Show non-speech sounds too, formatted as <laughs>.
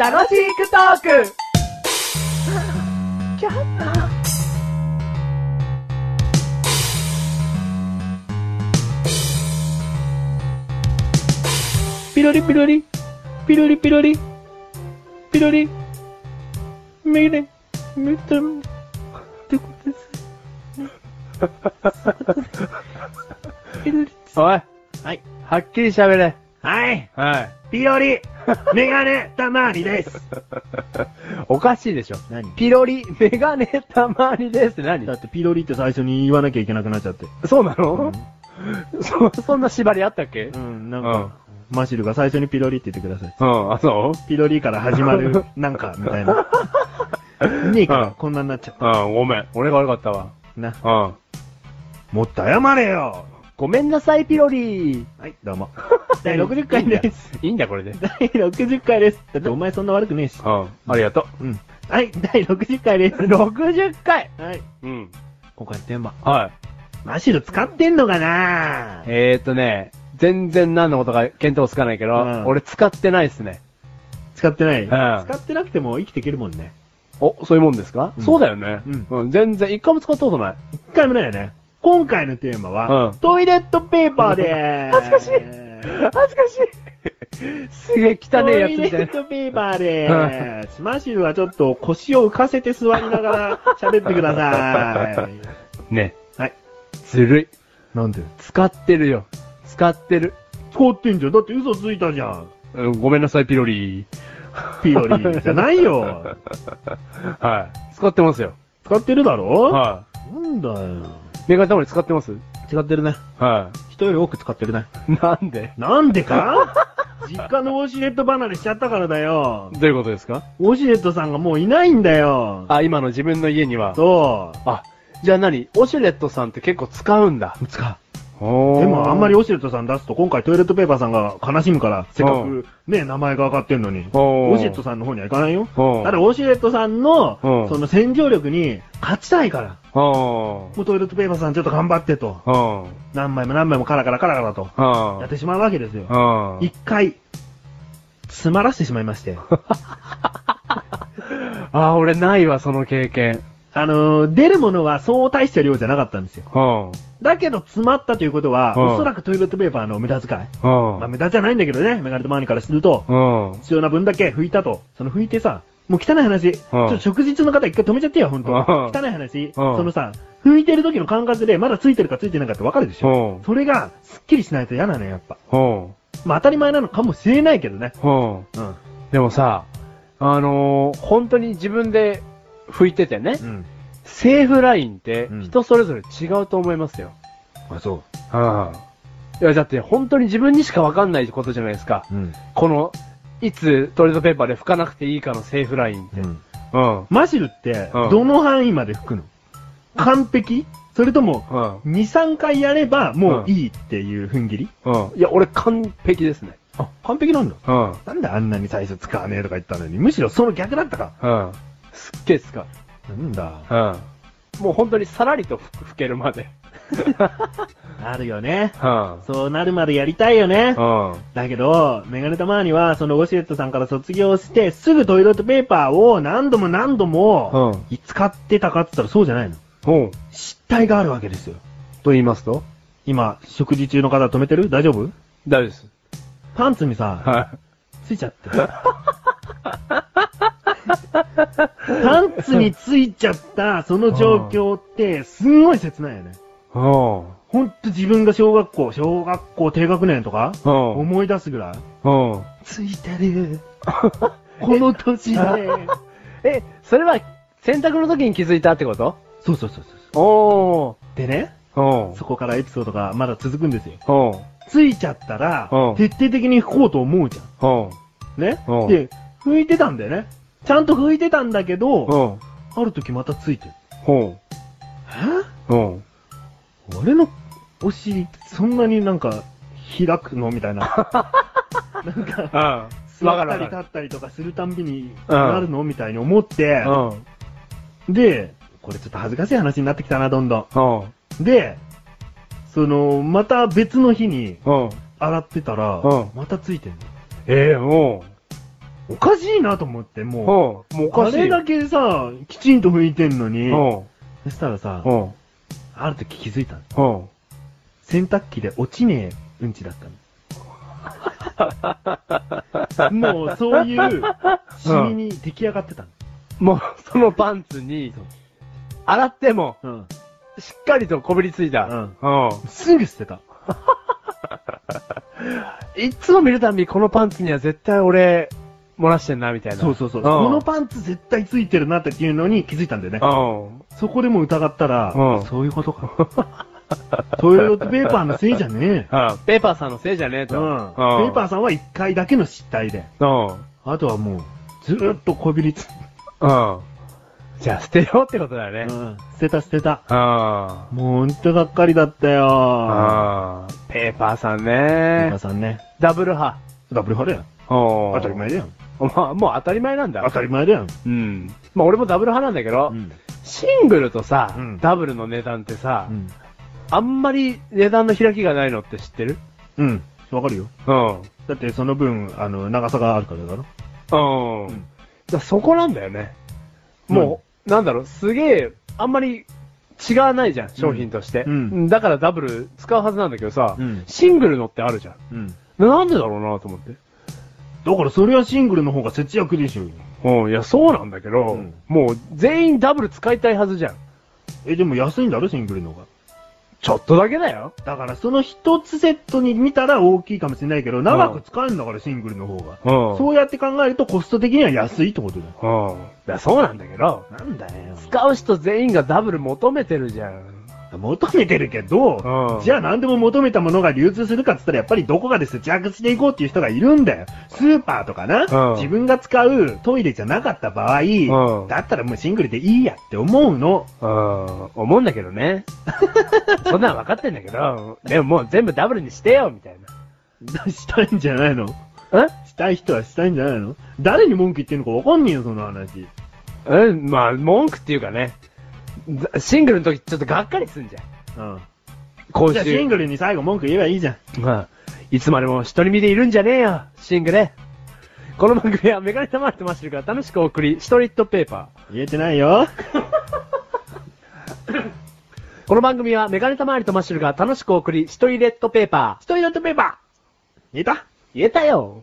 楽しくトークピロリピロリ、ピロリピロリ、ピロリ、ミレ、ミトン、ってことです。ピロリ、おい、はい、はっきり喋れ。はい、はい。ピロリ、メガネたまりです。おかしいでしょ。 <laughs> 何ピロリ、メガネたまりですって何だってピロリって最初に言わなきゃいけなくなっちゃって。そうなうんの、、そ、そんな縛りあったっけうんなんか、マシルが最初にピロリって言ってください。うん、あ、そうピロリから始ま <laughs> る、なんか、みたいな。ねえかうんら、こんなになっちゃっうん、ごめん。俺が悪かったわ。たな。うん。もっと謝れよごめんなさい、ピロリ。はい、どう <laughs> も第60回です。いいんだ、これで。第60回です。だってお前そんな悪くねえし。うん、ありがとうん。はい、第60回です。う。60回はい。うん。今回のテーマ。はい。マシル使ってんのかなえーとね、全然何のことか見当つかないけど、うん俺使ってないっすね。使ってない、ん使ってなくても生きていけるもんね。お、そういうもんですか、うんそうだよね、。うん全然、一回も使ったことない。一回もないよね。今回のテーマは、うんトイレットペーパーでー恥す。ず <laughs> かしい恥ずかしい。すげえ汚ねえやつみたトいイレットペーパーでーす。マシルはちょっと腰を浮かせて座りながら喋ってください。な。ね。はい。ずるい。 <laughs> なんで使ってるよ。使ってる。使ってんじゃん。だって嘘ついたじゃん。うん、ごめんなさい、ピロリピロリじゃない <laughs> よ。はい。使ってますよ。使ってるだろはなんだよ。い。メガネたまに使ってます使ってるね。は人より多く使ってるね。い。なんでなんでか <laughs> 実家のウォシュレット離れしちゃったからだよ。どういうことですかウォシュレットさんがもういないんだよ。あ、今の自分の家には。そう。あ、じゃあ何オシュレットさんって結構使うんだ。使う。おでもあんまりウォシュレットさん出すと今回トイレットペーパーさんが悲しむから、せっかくね、名前が上がってんのに。ウおーォシュレットさんの方には行かないよ。おーただウォシュレットさんのうん、その洗浄力に勝ちたいから。おーもうトイレットペーパーさんちょっと頑張ってと。おー何枚も何枚もカラカラカラカラと。おやってしまうわけですよ。お一回、詰まらせてしまいま <laughs> して。あー、俺ないわ、その経験。あのー出るものはそう大した量じゃなかったんですよ。うん。だけど詰まったということは、うんおそらくトイレットペーパーの無駄遣い。うんまあ無駄じゃないんだけどね、メガネと周りからすると、うん。必要な分だけ拭いたと。その拭いてさ、もう汚い話、ちょっと食事中の方一回止めちゃってよ、ほんと。うん汚い話、うんそのさ、拭いてる時の感覚でまだついてるかついてないかってわかるでしょ。うん。それが、すっきりしないと嫌なのよ、やっぱ。うん。まあ当たり前なのかもしれないけどね。うん。うん。でもさ、あのー、本当に自分で拭いててねう、ん。セーフラインってうん人それぞれ違うと思いますよ。あ、そうん。いや、だって本当に自分にしかわかんないことじゃないですか。う。うん。この、いつトイレットペーパーで拭かなくていいかのセーフラインって。うん。うん。マシルってうん、どの範囲まで拭くの完璧それとも、うん。 2、3回やればもうんういいっていう踏ん切り、うん。いや、俺完璧ですね。あ、完璧なんだ。うん。うん。なんであんなに最初使わねえとか言ったのに、むしろその逆だったか。すっげえ使う。なんだ。うん。もう本当にさらりと吹けるまで。あるよね。うん。うん。そうなるまでやりたいよね。 <laughs> はだけど、メガネたまには、そのウォシュレットさんから卒業して、すぐトイレットペーパーを何度も何度も、使ってたかって言ったらそうじゃないの。うん。失態があるわけですよ。と言いますと今、食事中の方止めてる大丈夫大丈夫です。パンツにさ、はい。ついちゃって。 <laughs> パンツについちゃった、その状況って、すんごい切ないよね。うん。ほんと自分が小学校、小学校低学年とか、うん。思い出すぐらい。うん。ついてる。この年で。え、それは、洗濯の時に気づいたってことそうそうそうそう。おー。でね、うん。そこからエピソードがまだ続くんですよ。うん。ついちゃったらう、ん徹底的に拭こうと思うじゃん。うん。ねうんで、拭いてたんだよね。ちゃんと拭いてたんだけど、うん。ある時またついてる。うん。えうん。俺のお尻、そんなになんか、開くのみたい <laughs> な。なんか、わ座かったりる立わったりとかするたんびに、うんなるのみたいに思って、かる。で、これちょっと恥ずかしい話になってきたな、どんどうん。うん。ん。で、その、また別の日にうん。洗ってたらうん、またついてんの。ええもおかしいなと思って、うもん。うん。もうおう。あかしい。れだけさ、きちんと拭いてんのうに。ん。うん。そしたらさう、ん。ある時気づいたの。うん。洗濯機で落ちねえうんち <laughs> だったの。もうそういう、シミに出来上がってたの。もう、そのパンツにそう、洗っても、うん。しっかりとこびりついた。うん。すぐ捨てた。いつも見るたび、このパンツには絶対俺、漏らしてんな、みたいな。そうそうそう。んこのパンツ絶対ついてるなっていうのに気づいたんだよね。そこでも疑ったら、うんそういうこと <laughs> か。トイレットペーパーのせいじゃねえ。うん。うん。ペーパーさんのせいじゃねえうと。ん。ペーパーさんは一回だけの失態で。ー。うん。あとはもう、ずーっとこびりつ、うん。じゃあ捨てようってことだうね。ん、捨てた捨てた。あもうほんとがっかりだったあ。よ。ああ。ペーパーさんペーパねー。さんね。ダブル派。ダブル派だよ。お当たり。前だよ。まあ、もう当たり前なんだ当。たり前だよ。うん。まあ俺もダブル派なんだけど、うん。シングルとさ、うんダブルの値段ってさ、うん。あんまり値段の開きがないのって知ってるうん。わかるよ。うん。だってその分、あの、長さがあるからだろ。うん。うんだそこなんだよね。もう、なんだろう、すげえ、あんまり違わないじゃん、商品として。うんうだからダブル使うはずなんだけどさ、うんシングルのってあるじゃん。うん。なんでだろうなと思って。だからそれはシングルの方が節約でしょうよ。うん、いや、そうなんだけど、うんもう全員ダブル使いたいはずじゃん。え、でも安いんだろ、シングルの方が。ちょっとだけだよ。だからその一つセットに見たら大きいかもしれないけど、長く使えるんだから、シングルの方うが。ん。そうそうやって考えるとコスト的には安いってことだよ。うん。だからそうなんだけど、なんだよ。使う人全員がダブル求めてるじゃん。求めてるけどう、んじゃあ何でも求めたものが流通するかっつったらやっぱりどこかで節約していこうっていう人がいるんだよ。スーパーとかうな、ん自分が使うトイレじゃなかった場合、んだったらもうシングルでいいやって思うの。 <laughs> うん、思うんだけど <laughs> ね。そんなん分かってんだけど、でももう全部ダブルにしてよ、みたいしたいんじゃないのな。んしたい人はしたいんじゃないの誰に文句言ってんのかわかんねえよ、その話。うん、まあ、文句っていうかね、ざシングルの時ちょっとがっかりすんじゃん。うん。今じゃあシン週。グルに最後文句言えばいいじゃん。まあ、いつまでも一人身でいるんじゃねえよ、シングル。この番組はメガネたまってましてるから楽しくお送り、ストリートペーパー。言えてないよ。この番組はメガネたまりとマッシュルが楽しくお送り、ストリートペーパー。ストイレットペーパー言えた言えたよ。